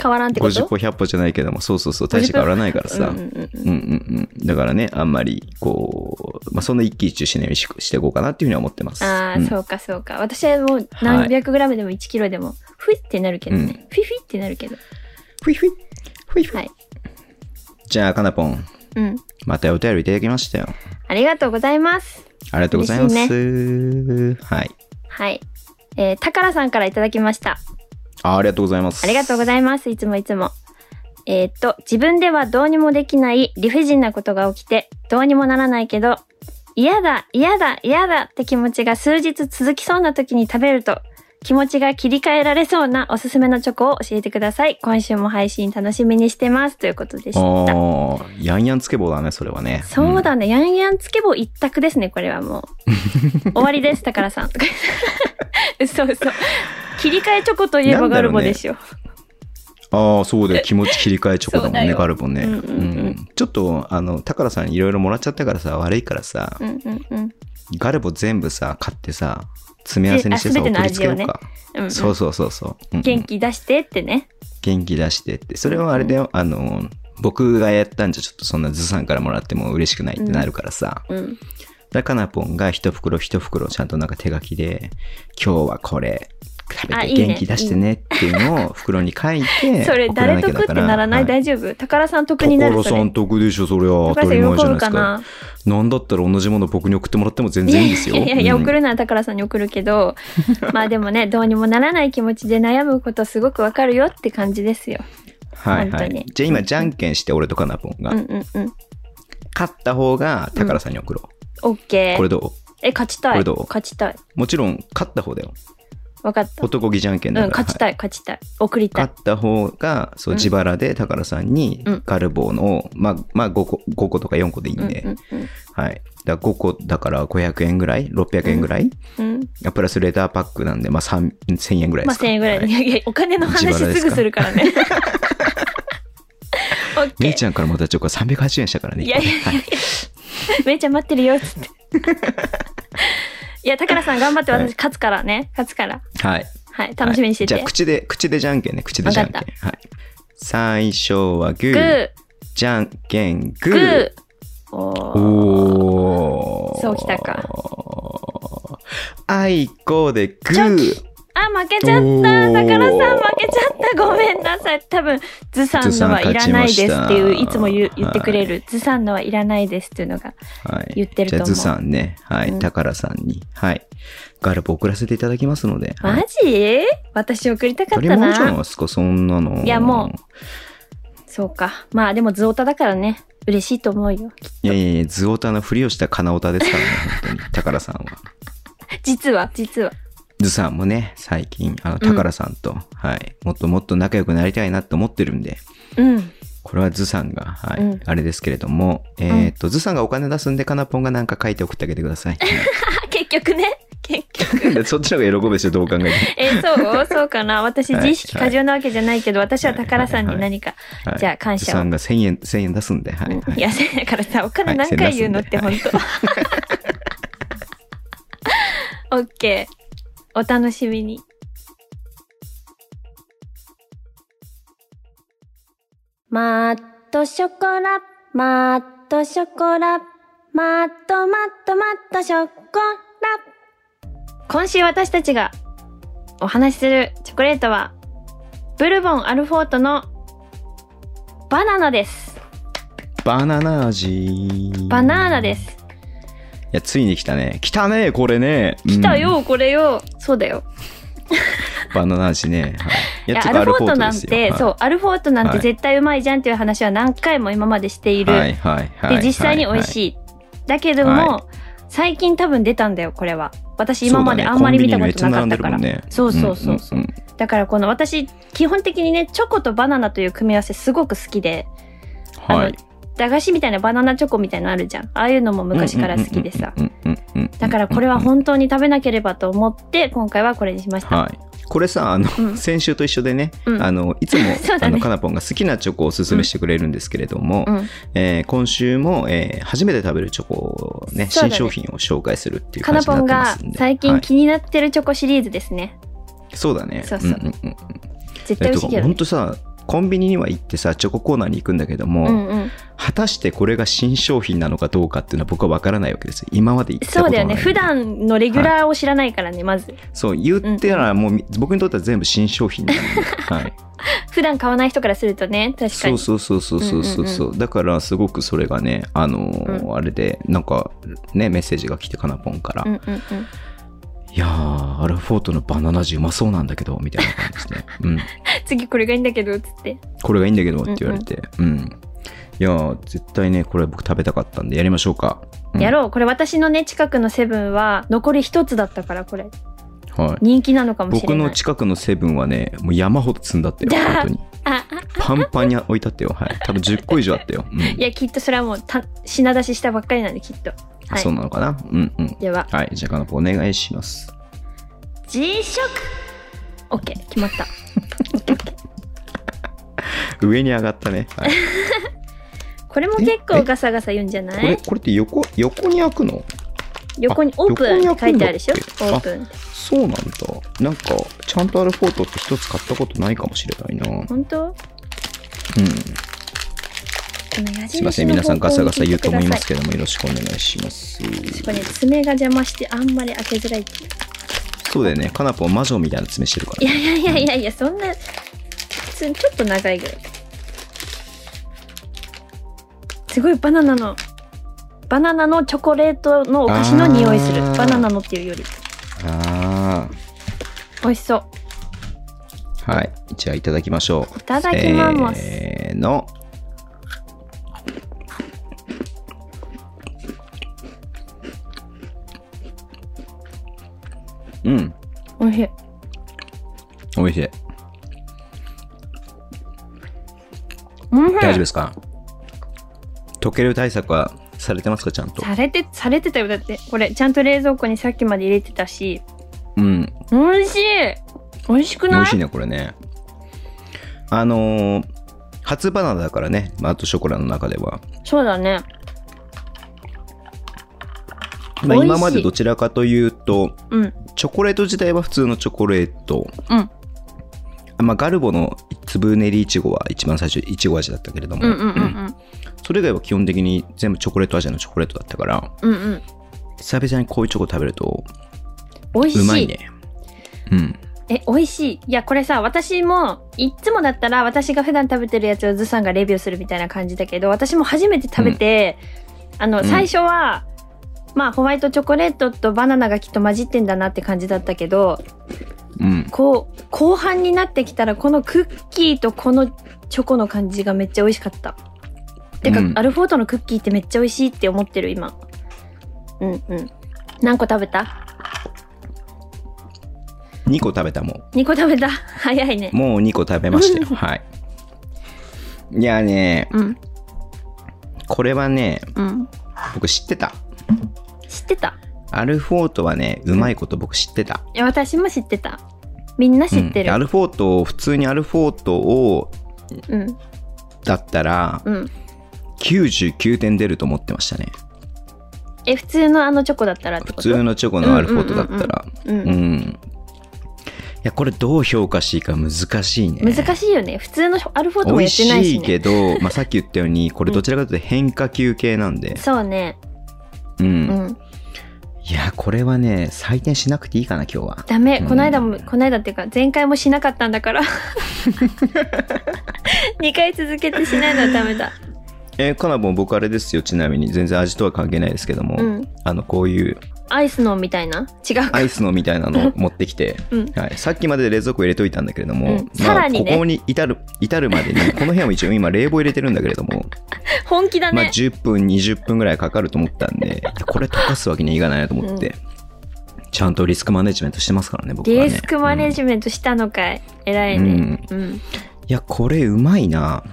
[SPEAKER 1] 変わらんってこ
[SPEAKER 2] 50
[SPEAKER 1] と
[SPEAKER 2] 歩、100歩じゃないけども、そうそうそう、大して変わらないからさ。う
[SPEAKER 1] う
[SPEAKER 2] んん
[SPEAKER 1] うんう
[SPEAKER 2] う
[SPEAKER 1] ん
[SPEAKER 2] んうん。だからね、あんまり、こう、まあ、そんな一喜一憂しないようにししていこうかなっていうふうには思ってます。
[SPEAKER 1] ああ、
[SPEAKER 2] うん
[SPEAKER 1] そうかそうか。私はもう何百グラムでも1キロでも、ふいってなるけどね。
[SPEAKER 2] うん
[SPEAKER 1] フィフィってなるけど。
[SPEAKER 2] ふいふい。ふいふい。
[SPEAKER 1] はい。
[SPEAKER 2] じゃあ、かなぽん、
[SPEAKER 1] うん。
[SPEAKER 2] またお便りいただきましたよ。
[SPEAKER 1] ありがとうございます。
[SPEAKER 2] ありがとうございます。はい。
[SPEAKER 1] はい。えー、たからさんからいただきました。
[SPEAKER 2] あありがとうございます。
[SPEAKER 1] ありがとうございます。いつもいつも。えーっと、自分ではどうにもできない理不尽なことが起きて、どうにもならないけど、嫌だ、嫌だ、嫌だって気持ちが数日続きそうな時に食べると、気持ちが切り替えられそうなおすすめのチョコを教えてください。今週も配信楽しみにしてます。ということでし
[SPEAKER 2] あ
[SPEAKER 1] た。
[SPEAKER 2] ーヤンヤンつけ棒だね、それはね。
[SPEAKER 1] そうだね。ヤンヤンつけ棒一択ですね、これはも
[SPEAKER 2] *laughs*
[SPEAKER 1] う。終わりです、宝さん。 *laughs* とか言って嘘嘘。切り替えチョコといえばガルボでしょ。
[SPEAKER 2] ああ、そうだよ。気持ち切り替えチョコだもん
[SPEAKER 1] そうだ
[SPEAKER 2] ね、
[SPEAKER 1] よ
[SPEAKER 2] ガルボね。
[SPEAKER 1] う
[SPEAKER 2] うん
[SPEAKER 1] うんうん
[SPEAKER 2] んちょっと、あの、タカラさんいろいろもらっちゃったからさ、悪いからさ
[SPEAKER 1] う、んうんうん
[SPEAKER 2] ガルボ全部さ、買ってさ、詰め合わせにしてさ、
[SPEAKER 1] あ全て
[SPEAKER 2] 送
[SPEAKER 1] の
[SPEAKER 2] りつ
[SPEAKER 1] 味
[SPEAKER 2] け
[SPEAKER 1] を
[SPEAKER 2] よ
[SPEAKER 1] ね
[SPEAKER 2] うか。
[SPEAKER 1] うんうん。
[SPEAKER 2] そうそうそうそう。うんうん
[SPEAKER 1] 元気出してってね。
[SPEAKER 2] 元気出してって。それはあれだよ、あの、僕がやったんじゃちょっとそんなズさんからもらっても嬉しくないってなるからさ。
[SPEAKER 1] うん。
[SPEAKER 2] だからかなぽんが一袋一袋ちゃんとなんか手書きで、今日はこれ食べ
[SPEAKER 1] あい
[SPEAKER 2] て
[SPEAKER 1] いね
[SPEAKER 2] 元気出してねっていうのを袋に書いて、
[SPEAKER 1] *laughs* それ誰得ってならない
[SPEAKER 2] 大
[SPEAKER 1] 大丈夫宝さん得
[SPEAKER 2] 宝
[SPEAKER 1] になるそ
[SPEAKER 2] さ
[SPEAKER 1] れ。
[SPEAKER 2] ん得でしょ、それは。
[SPEAKER 1] 宝
[SPEAKER 2] 当た
[SPEAKER 1] さ
[SPEAKER 2] り
[SPEAKER 1] ん
[SPEAKER 2] 前
[SPEAKER 1] 喜
[SPEAKER 2] じゃない
[SPEAKER 1] ぶ
[SPEAKER 2] で
[SPEAKER 1] か
[SPEAKER 2] すか。
[SPEAKER 1] な
[SPEAKER 2] なんだったら同じもの僕に送ってもらっても全然いいですよ。
[SPEAKER 1] いやいやいや、
[SPEAKER 2] うん
[SPEAKER 1] 送るなら宝さんに送る
[SPEAKER 2] *laughs*
[SPEAKER 1] けど、まあでもね、どうにもならない気持ちで悩むことすごくわかるよって感じですよ。
[SPEAKER 2] はいは
[SPEAKER 1] 本当に
[SPEAKER 2] い。じゃあ今、じゃんけんして俺とかなぽんが、
[SPEAKER 1] うんうんうん。
[SPEAKER 2] 勝った方が宝さんに送ろ
[SPEAKER 1] オッ
[SPEAKER 2] う。
[SPEAKER 1] ケ
[SPEAKER 2] これ
[SPEAKER 1] ー。
[SPEAKER 2] ど
[SPEAKER 1] え、勝ちた
[SPEAKER 2] こ
[SPEAKER 1] い。
[SPEAKER 2] れどう
[SPEAKER 1] 勝ちたい。
[SPEAKER 2] うもちろん、勝った方だよ。
[SPEAKER 1] わかった。
[SPEAKER 2] 男気じゃんけんだ
[SPEAKER 1] う
[SPEAKER 2] から。
[SPEAKER 1] ん、勝ちたい、勝ちたい。送りたい
[SPEAKER 2] 勝。った方がそう自腹で宝さんに
[SPEAKER 1] うん
[SPEAKER 2] ガルボーの、まあ、まあ5個 ,5 個とか4個でいい
[SPEAKER 1] うん
[SPEAKER 2] んで、
[SPEAKER 1] うんうん
[SPEAKER 2] はい、だ5個だから500円ぐらい600円ぐらい、
[SPEAKER 1] うん。
[SPEAKER 2] プラスレターパックなんで、まあ、3 1000円ぐらいで
[SPEAKER 1] まあ
[SPEAKER 2] すか、
[SPEAKER 1] 1000円ぐらい
[SPEAKER 2] は
[SPEAKER 1] で。
[SPEAKER 2] い
[SPEAKER 1] いやいや、お金の話
[SPEAKER 2] 自腹ですすか
[SPEAKER 1] ぐするからね。 *laughs* オッケ
[SPEAKER 2] 姉
[SPEAKER 1] ー。
[SPEAKER 2] ちゃんからもらったチョコは380円したからね
[SPEAKER 1] いやいやいやいや、めいちゃん待ってるよ、
[SPEAKER 2] *laughs*
[SPEAKER 1] つって。いや、宝さん頑張って
[SPEAKER 2] は
[SPEAKER 1] 私
[SPEAKER 2] い
[SPEAKER 1] 勝つからね。勝つから。
[SPEAKER 2] はい
[SPEAKER 1] はい、楽しみにしてて。
[SPEAKER 2] はいじゃあ口で口でじゃんけんね口でじゃんけん
[SPEAKER 1] わか
[SPEAKER 2] はい最初はグー
[SPEAKER 1] グー、
[SPEAKER 2] じゃんけんグー
[SPEAKER 1] グー。おー。
[SPEAKER 2] おー
[SPEAKER 1] そうきたか
[SPEAKER 2] あいこでグ
[SPEAKER 1] チョ
[SPEAKER 2] ー
[SPEAKER 1] あ、負けちゃった。宝さん負けちゃった。ごめんなさい。多分、ズさんのはいらないですっていう、
[SPEAKER 2] ズ
[SPEAKER 1] いつ
[SPEAKER 2] さん勝ちました
[SPEAKER 1] も言う言ってくれる、ズさんのはいらないですっていうのが。
[SPEAKER 2] はい、
[SPEAKER 1] 言ってると思う
[SPEAKER 2] じゃあ、ズさんね。はい。
[SPEAKER 1] うん
[SPEAKER 2] 宝さんに。はい。ガルボ送らせていただきますので。は
[SPEAKER 1] マ
[SPEAKER 2] い、
[SPEAKER 1] ジ私送りたかっ
[SPEAKER 2] 取
[SPEAKER 1] た
[SPEAKER 2] り物じゃない
[SPEAKER 1] な。
[SPEAKER 2] ですか、そんなの。
[SPEAKER 1] いやもうそうか。まあでも、ズオタだからね。嬉しいと思うよ。
[SPEAKER 2] いやいやいや、ズオタのふりをしたカナオタですからね、本当に。 *laughs* 宝さんは。
[SPEAKER 1] 実は、実は。
[SPEAKER 2] ズさんもね、最近、あの、宝さんと、はい。もっともっと仲良くなりたいなと思ってるんで、
[SPEAKER 1] うん。
[SPEAKER 2] これはズさんが、はい。
[SPEAKER 1] うん
[SPEAKER 2] あれですけれども、えーっと、ズさんがお金出すんで、カナポンがなんか書いて送ってあげてください。 *laughs*
[SPEAKER 1] あ、結局ね。結局。
[SPEAKER 2] そっちの方が喜ぶでしょ、どう考えても。
[SPEAKER 1] えー *laughs* そうそうかな私
[SPEAKER 2] はい
[SPEAKER 1] 自意識過剰なわけじゃないけど、私は宝さんに何か、
[SPEAKER 2] はい
[SPEAKER 1] じゃあ感
[SPEAKER 2] ズ
[SPEAKER 1] 謝
[SPEAKER 2] さ
[SPEAKER 1] を。
[SPEAKER 2] んが1000円、1000円出すんで、はい。はい
[SPEAKER 1] いやせやからさお金
[SPEAKER 2] はい
[SPEAKER 1] 何回言うのって
[SPEAKER 2] は
[SPEAKER 1] 本
[SPEAKER 2] い
[SPEAKER 1] 当。 *laughs* オッケーお楽しみに。マットショコラマットショコラマットマットマットショコラ今週私たちがお話しするチョコレートはブルボンアルフォートのバナナです。
[SPEAKER 2] バナナ味。
[SPEAKER 1] バナナです。
[SPEAKER 2] いや、ついに来たね。来たね、これね。
[SPEAKER 1] 来た
[SPEAKER 2] うん
[SPEAKER 1] よ、これよ。そうだよ。
[SPEAKER 2] バナナ味ね。はい、い
[SPEAKER 1] いや、
[SPEAKER 2] て
[SPEAKER 1] ア
[SPEAKER 2] か
[SPEAKER 1] ルフォートな
[SPEAKER 2] で
[SPEAKER 1] ん
[SPEAKER 2] すよ
[SPEAKER 1] て、
[SPEAKER 2] はい
[SPEAKER 1] そう、アルフォートなん
[SPEAKER 2] は
[SPEAKER 1] て
[SPEAKER 2] い
[SPEAKER 1] 絶対うまいじゃんっていう話は何回も今までしている。
[SPEAKER 2] はいはいはい。
[SPEAKER 1] で、実際に美味
[SPEAKER 2] い。
[SPEAKER 1] しい。だけども、
[SPEAKER 2] は
[SPEAKER 1] 最近多分出たんだよ、これは。私今まであんまり見たことなかったから。そうそうそうそう。
[SPEAKER 2] ん
[SPEAKER 1] だからこの私、基本的にね、チョコとバナナという組み合わせすごく好きで、あの
[SPEAKER 2] はい。
[SPEAKER 1] 駄菓子みたいなバナナチョコみたいなのあるじゃん。ああいうのも昔から好きでさ。
[SPEAKER 2] うんうんうんうんうんうん。
[SPEAKER 1] だからこれは本当に食べなければと思って、今回はこれにしました。
[SPEAKER 2] はい。これさ、あの、
[SPEAKER 1] うん
[SPEAKER 2] 先週と一緒でね、
[SPEAKER 1] うん
[SPEAKER 2] あの、いつも、
[SPEAKER 1] *laughs* そうだ
[SPEAKER 2] あ
[SPEAKER 1] ね
[SPEAKER 2] の、かなぽんが好きなチョコをおすすめしてくれるんですけれども、
[SPEAKER 1] うん。
[SPEAKER 2] えー今週も、えー初めて食べるチョコをね、
[SPEAKER 1] そうだ
[SPEAKER 2] 新
[SPEAKER 1] ね
[SPEAKER 2] 商品を紹介するっていう
[SPEAKER 1] か
[SPEAKER 2] 感
[SPEAKER 1] な
[SPEAKER 2] じになっ
[SPEAKER 1] ぽん
[SPEAKER 2] てま
[SPEAKER 1] が
[SPEAKER 2] すんで。
[SPEAKER 1] 最
[SPEAKER 2] は
[SPEAKER 1] 近
[SPEAKER 2] い
[SPEAKER 1] 気になってるチョコシリーズですね。
[SPEAKER 2] そうだね。
[SPEAKER 1] そうそうん
[SPEAKER 2] んん
[SPEAKER 1] 絶対美味しいけど
[SPEAKER 2] 本
[SPEAKER 1] ね。
[SPEAKER 2] 当さコンビニには行ってさチョココーナーに行くんだけども、
[SPEAKER 1] うんうん、
[SPEAKER 2] 果たしてこれが新商品なのかどうかっていうのは僕は分からないわけですよ今まで行った
[SPEAKER 1] そ
[SPEAKER 2] こ
[SPEAKER 1] う
[SPEAKER 2] と
[SPEAKER 1] だ
[SPEAKER 2] が
[SPEAKER 1] よ
[SPEAKER 2] な
[SPEAKER 1] ね
[SPEAKER 2] い
[SPEAKER 1] 普段のレギュラーを知らないからね、まず
[SPEAKER 2] そう言ってたらもう、僕にとっては全部新商品なん
[SPEAKER 1] *laughs*
[SPEAKER 2] で、はい、
[SPEAKER 1] 普段買わない人からするとね確か
[SPEAKER 2] そう
[SPEAKER 1] に
[SPEAKER 2] そうそうそうそうそう,、
[SPEAKER 1] う
[SPEAKER 2] だからすごくそれがねあのー
[SPEAKER 1] う
[SPEAKER 2] あれでなんかねメッセージが来てかなぽんから、
[SPEAKER 1] うんうんうん
[SPEAKER 2] いやー、アルフォートのバナナ味うまそうなんだけど、みたいな感
[SPEAKER 1] *laughs*
[SPEAKER 2] じで。うん。
[SPEAKER 1] 次これがいいんだけど、つって。
[SPEAKER 2] これがいいんだけどって言われて。うん、いやー、絶対ね、これ僕食べたかったんで、やりましょうか。うん
[SPEAKER 1] やろう。これ私のね、近くのセブンは、残り一つだったから、これ。
[SPEAKER 2] はい。
[SPEAKER 1] 人気なのかもしれ
[SPEAKER 2] 僕
[SPEAKER 1] ない。
[SPEAKER 2] の近くのセブンはね、もう山ほど積んだって
[SPEAKER 1] *laughs*
[SPEAKER 2] よ、
[SPEAKER 1] じゃあ
[SPEAKER 2] 本当に。
[SPEAKER 1] あ、
[SPEAKER 2] パンパンに置いたってよ、はい。多分10個以上あったよ。うん、
[SPEAKER 1] いや、きっとそれはもうた、品出ししたばっかりなんで、きっと。はい
[SPEAKER 2] そうなのかな。うんうん。
[SPEAKER 1] では、
[SPEAKER 2] はい、じゃあ、カナポお願いします。
[SPEAKER 1] G 食 !OK、決まった。
[SPEAKER 2] 上に上がったね。はい、
[SPEAKER 1] これも結構ガサガサ言うんじゃ
[SPEAKER 2] こ
[SPEAKER 1] な
[SPEAKER 2] れ、
[SPEAKER 1] い
[SPEAKER 2] これって横、横に開くの
[SPEAKER 1] 横に
[SPEAKER 2] あ
[SPEAKER 1] オープンって書いてあるでしょオ
[SPEAKER 2] 横に開
[SPEAKER 1] ー
[SPEAKER 2] く
[SPEAKER 1] プンって。
[SPEAKER 2] そうなんだ。なんか、ちゃんとアルフォートって一つ買ったことないかもしれないな。うん。
[SPEAKER 1] 本当
[SPEAKER 2] すいません、皆さんガサガサ言うと思います
[SPEAKER 1] け
[SPEAKER 2] けども、よろしくお願いします。
[SPEAKER 1] ど。ね、爪が邪魔してあんまり開けづらいっていう
[SPEAKER 2] そうだよね、カナポは魔女みたいな爪してるから
[SPEAKER 1] い
[SPEAKER 2] ね、
[SPEAKER 1] やいやいやいやいや、そんな、つちょっと長いぐらい。すごいバナナの、バナナのチョコレートのお菓子の匂いする
[SPEAKER 2] あ。ー
[SPEAKER 1] バナナのっていうより。
[SPEAKER 2] あ
[SPEAKER 1] 美味しそう。
[SPEAKER 2] あ。はい。じゃあ、いただきましょう。
[SPEAKER 1] いただきます
[SPEAKER 2] せーの。うん。
[SPEAKER 1] 美味しい。
[SPEAKER 2] 美味しい。
[SPEAKER 1] うん、
[SPEAKER 2] 大丈夫ですか溶ける対策はされてますかちゃんと。
[SPEAKER 1] されて、されてたよ。だって、これ、ちゃんと冷蔵庫にさっきまで入れてたし、
[SPEAKER 2] うん。
[SPEAKER 1] 美味しい美味しく
[SPEAKER 2] 美
[SPEAKER 1] ない
[SPEAKER 2] 味しいね、これね。あのー初バナナだからね、マートショコラの中では。
[SPEAKER 1] そうだね。
[SPEAKER 2] まあ、
[SPEAKER 1] 美味しい
[SPEAKER 2] 今までどちらかというと、
[SPEAKER 1] うん、
[SPEAKER 2] チョコレート自体は普通のチョコレート。
[SPEAKER 1] うん、
[SPEAKER 2] まあ、ガルボの粒練りいちごは一番最初いちご味だったけれども、
[SPEAKER 1] うん、うん、うん、
[SPEAKER 2] それ以外は基本的に全部チョコレート味のチョコレートだったから
[SPEAKER 1] うん、うん。
[SPEAKER 2] 久々にこういうチョコ食べると
[SPEAKER 1] 美味しい。
[SPEAKER 2] うまいねうん
[SPEAKER 1] え、美味しい。いや、これさ、私も、いっつもだったら、私が普段食べてるやつをズさんがレビューするみたいな感じだけど、私も初めて食べて、あ
[SPEAKER 2] う
[SPEAKER 1] の、
[SPEAKER 2] ん
[SPEAKER 1] 最初は、まあ、ホワイトチョコレートとバナナがきっと混じってんだなって感じだったけど、
[SPEAKER 2] うん
[SPEAKER 1] こう、後半になってきたら、このクッキーとこのチョコの感じがめっちゃ美味しかった。てか、
[SPEAKER 2] うん
[SPEAKER 1] アルフォートのクッキーってめっちゃ美味しいって思ってる、今。うんうん。何個食べた
[SPEAKER 2] 2個食べたもん
[SPEAKER 1] ?2 個食べた *laughs* 早いね。
[SPEAKER 2] もう2個食べましたよ
[SPEAKER 1] *laughs*
[SPEAKER 2] はいいやね
[SPEAKER 1] うん、
[SPEAKER 2] これはね
[SPEAKER 1] うん。
[SPEAKER 2] 僕知ってた
[SPEAKER 1] 知ってた
[SPEAKER 2] アルフォートはねうまいこと僕知ってた、
[SPEAKER 1] いや私も知ってたみんな知って
[SPEAKER 2] うん
[SPEAKER 1] る
[SPEAKER 2] アルフォートを普通にアルフォートを
[SPEAKER 1] うん
[SPEAKER 2] だったら
[SPEAKER 1] うん
[SPEAKER 2] 99点出ると思ってましたね
[SPEAKER 1] え普通のあのチョコだったらって
[SPEAKER 2] 普
[SPEAKER 1] こと
[SPEAKER 2] 通のチョコのアルフォートだったら
[SPEAKER 1] うん
[SPEAKER 2] うんいやこれどう評価していいか難しいね
[SPEAKER 1] 難しいよね普通のアルフォートも
[SPEAKER 2] 美
[SPEAKER 1] や
[SPEAKER 2] 味
[SPEAKER 1] ってない
[SPEAKER 2] し
[SPEAKER 1] し
[SPEAKER 2] い
[SPEAKER 1] ね
[SPEAKER 2] けど、まあ、さっき言ったようにこれどちらかというと変化球系なんで、
[SPEAKER 1] そうね
[SPEAKER 2] うん
[SPEAKER 1] うん
[SPEAKER 2] いやこれはね採点しなくていいかな今日は
[SPEAKER 1] ダメこの間
[SPEAKER 2] う
[SPEAKER 1] も、
[SPEAKER 2] ん
[SPEAKER 1] この間っていうか前回もしなかったんだから *laughs* 2回続けてしないのはダメだ
[SPEAKER 2] えー、カナボン僕あれですよちなみに全然味とは関係ないですけども、
[SPEAKER 1] うん
[SPEAKER 2] あのこういう
[SPEAKER 1] アイスのみたいな違う
[SPEAKER 2] アイスのみたいなのを持ってきて、
[SPEAKER 1] *laughs* うん
[SPEAKER 2] はい、さっきまで冷蔵庫入れといたんだけれども、
[SPEAKER 1] うんさらに
[SPEAKER 2] ま
[SPEAKER 1] ね
[SPEAKER 2] あ、ここに至る至るまでに
[SPEAKER 1] *laughs*
[SPEAKER 2] この辺は一応今冷房入れてるんだけれども、
[SPEAKER 1] 本気だ
[SPEAKER 2] まあ、
[SPEAKER 1] ね、
[SPEAKER 2] 10分20分ぐらいかかると思ったんでこれ溶かすわけにはいかないなと思って、ちゃんとリスクマネジメントしてますからね僕はね
[SPEAKER 1] リスクマネジメントしたのかい、偉いねうん、
[SPEAKER 2] うんいやこれうまいな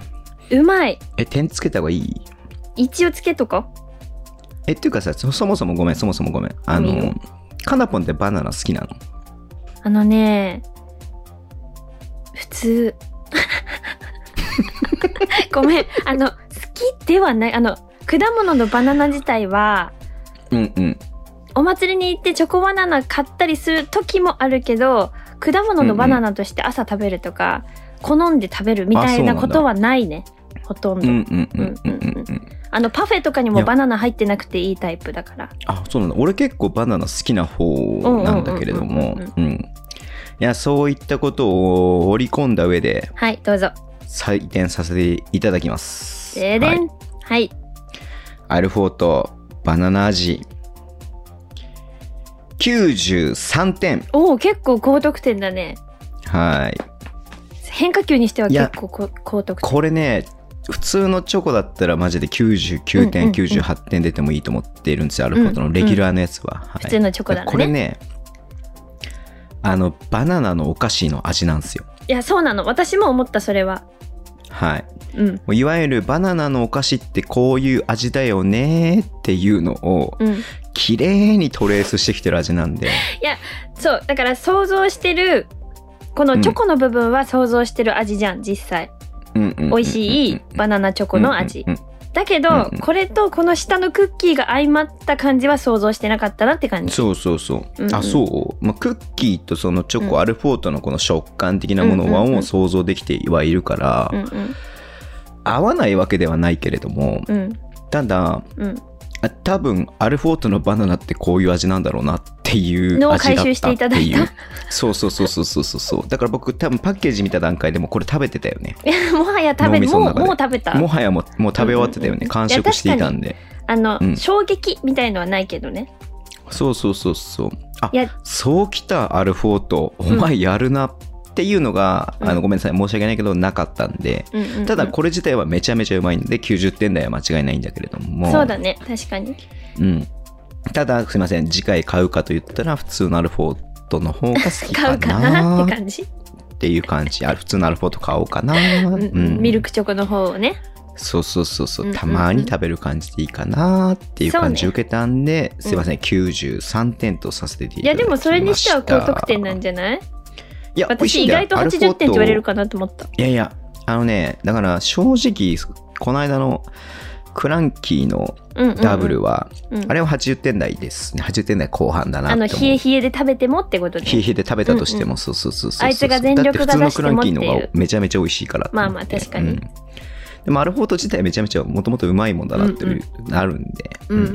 [SPEAKER 1] うまい
[SPEAKER 2] え点つけた方がいい
[SPEAKER 1] 一応つけとこ
[SPEAKER 2] えっていうかさそそもそもごめんそもそもごめんあ
[SPEAKER 1] いい
[SPEAKER 2] の
[SPEAKER 1] よ
[SPEAKER 2] カナポンってバナナ好きなの
[SPEAKER 1] あのね、普通。 *laughs* ごめん、あの、好きではない、あの、果物のバナナ自体は、
[SPEAKER 2] うんうん
[SPEAKER 1] お祭りに行ってチョコバナナ買ったりする時もあるけど、果物のバナナとして朝食べるとか、好んで食べるみたいなことはないね。ほとん
[SPEAKER 2] う
[SPEAKER 1] ど。
[SPEAKER 2] んうんうんうんうんうん
[SPEAKER 1] あの、パフェとかに
[SPEAKER 2] い
[SPEAKER 1] も
[SPEAKER 2] や
[SPEAKER 1] バナナ入ってなくていいタイプだから。
[SPEAKER 2] あそうなんだ俺結構バナナ好きな方なんだけれども
[SPEAKER 1] うんうん
[SPEAKER 2] うんいやそういったことを織り込んだ上で
[SPEAKER 1] はい、どうぞ。
[SPEAKER 2] 採点させていただきますは
[SPEAKER 1] でで
[SPEAKER 2] い
[SPEAKER 1] ん。はい。
[SPEAKER 2] アルフォートバナナ味93点。
[SPEAKER 1] おお結構高得点だね
[SPEAKER 2] はい。
[SPEAKER 1] 変化球にしてはい
[SPEAKER 2] や
[SPEAKER 1] 結構こ高得点
[SPEAKER 2] これね、普通のチョコだったらマジで99点、
[SPEAKER 1] うんうんうん
[SPEAKER 2] 98点出てもいいと思っているんですよ。アルフォートのレギュラーのやつは。はい
[SPEAKER 1] 普通のチョコだね
[SPEAKER 2] これね、あの、バナナのお菓子の味なんですよ。
[SPEAKER 1] いやそうなの私も思ったそれは
[SPEAKER 2] はい。
[SPEAKER 1] うん
[SPEAKER 2] もういわゆるバナナのお菓子ってこういう味だよねっていうのを
[SPEAKER 1] うん
[SPEAKER 2] 綺麗にトレースしてきてる味なんで、
[SPEAKER 1] そうだから想像してるこのチョコの部分は想像してる味じゃん実際美
[SPEAKER 2] 美
[SPEAKER 1] 味しいバナナチョコの味だけど、
[SPEAKER 2] うんうん
[SPEAKER 1] これとこの下のクッキーが相まった感じは想像してなかったなって感じ
[SPEAKER 2] そうそうそう、
[SPEAKER 1] うんうん
[SPEAKER 2] あそう、まあ、クッキーとそのチョコ、
[SPEAKER 1] うん
[SPEAKER 2] アルフォートのこの食感的なものは
[SPEAKER 1] うんうんう
[SPEAKER 2] も
[SPEAKER 1] ん
[SPEAKER 2] う想像できてはいるから、
[SPEAKER 1] うんうん
[SPEAKER 2] 合わないわけではないけれども
[SPEAKER 1] うん *laughs*
[SPEAKER 2] ただ
[SPEAKER 1] うん
[SPEAKER 2] あ多分アルフォートのバナナってこういう味なんだろうなっていう味だ
[SPEAKER 1] のを
[SPEAKER 2] ったっていう
[SPEAKER 1] 回収していただいた
[SPEAKER 2] そうそうそうそうそうそうそうだから僕多分パッケージ見た段階でもうこれ食べてたよね
[SPEAKER 1] いやもはや食べ
[SPEAKER 2] 脳みそ
[SPEAKER 1] も
[SPEAKER 2] の中で
[SPEAKER 1] うもう食べた
[SPEAKER 2] もはやもうもう食べ終わってたよね、
[SPEAKER 1] うんうんうん
[SPEAKER 2] 完食していたんで
[SPEAKER 1] あの、
[SPEAKER 2] うん
[SPEAKER 1] 衝撃みたいのはないけどね
[SPEAKER 2] そうそうそうそうあ
[SPEAKER 1] いや
[SPEAKER 2] そうきたアルフォートお
[SPEAKER 1] ん
[SPEAKER 2] 前やるなっていうのが、
[SPEAKER 1] うん
[SPEAKER 2] あのごめんなさい申し訳ないけどなかったんで、
[SPEAKER 1] うんうんうん
[SPEAKER 2] ただこれ自体はめちゃめちゃうまいんで90点台は間違いないんだけれども
[SPEAKER 1] そうだね確かに
[SPEAKER 2] うん、ただすいません次回買うかと言ったら普通のアルフォートの方が好き
[SPEAKER 1] 買
[SPEAKER 2] か
[SPEAKER 1] うかな
[SPEAKER 2] な
[SPEAKER 1] って
[SPEAKER 2] っ
[SPEAKER 1] 感じ、
[SPEAKER 2] ていう感じあ普通のアルフォート買おうかな、
[SPEAKER 1] う
[SPEAKER 2] うんん、
[SPEAKER 1] ミルクチョコの方をね
[SPEAKER 2] そうそうそうそううん
[SPEAKER 1] うんうん
[SPEAKER 2] たまに食べる感じでいいかなっていう感じ
[SPEAKER 1] そうね
[SPEAKER 2] を受けたんで、
[SPEAKER 1] うん
[SPEAKER 2] すいません93点とさせていただきました
[SPEAKER 1] いやでもそれにしては高得点なんじゃない
[SPEAKER 2] いや
[SPEAKER 1] 私意外と80点って言われるかなと思った
[SPEAKER 2] いやいやあのねだから正直この間のクランキーの
[SPEAKER 1] うんうんうん
[SPEAKER 2] ダブルは、
[SPEAKER 1] うん
[SPEAKER 2] あれは80点台ですね80点台後半だな
[SPEAKER 1] あ
[SPEAKER 2] って
[SPEAKER 1] の
[SPEAKER 2] 思う
[SPEAKER 1] 冷え冷えで食べてもってことで
[SPEAKER 2] 冷え冷えで食べたとしても、そうそうそうそう
[SPEAKER 1] あいつが全力が出して
[SPEAKER 2] だ
[SPEAKER 1] もっ
[SPEAKER 2] ってて
[SPEAKER 1] いう
[SPEAKER 2] 普通のクランキーの方がめちゃめちゃ美味しいからって思って
[SPEAKER 1] まあまあ確か
[SPEAKER 2] う
[SPEAKER 1] に
[SPEAKER 2] んでもアルフォート自体めちゃめちゃもともとうまいもんだなっていう、あるんで、
[SPEAKER 1] うん
[SPEAKER 2] い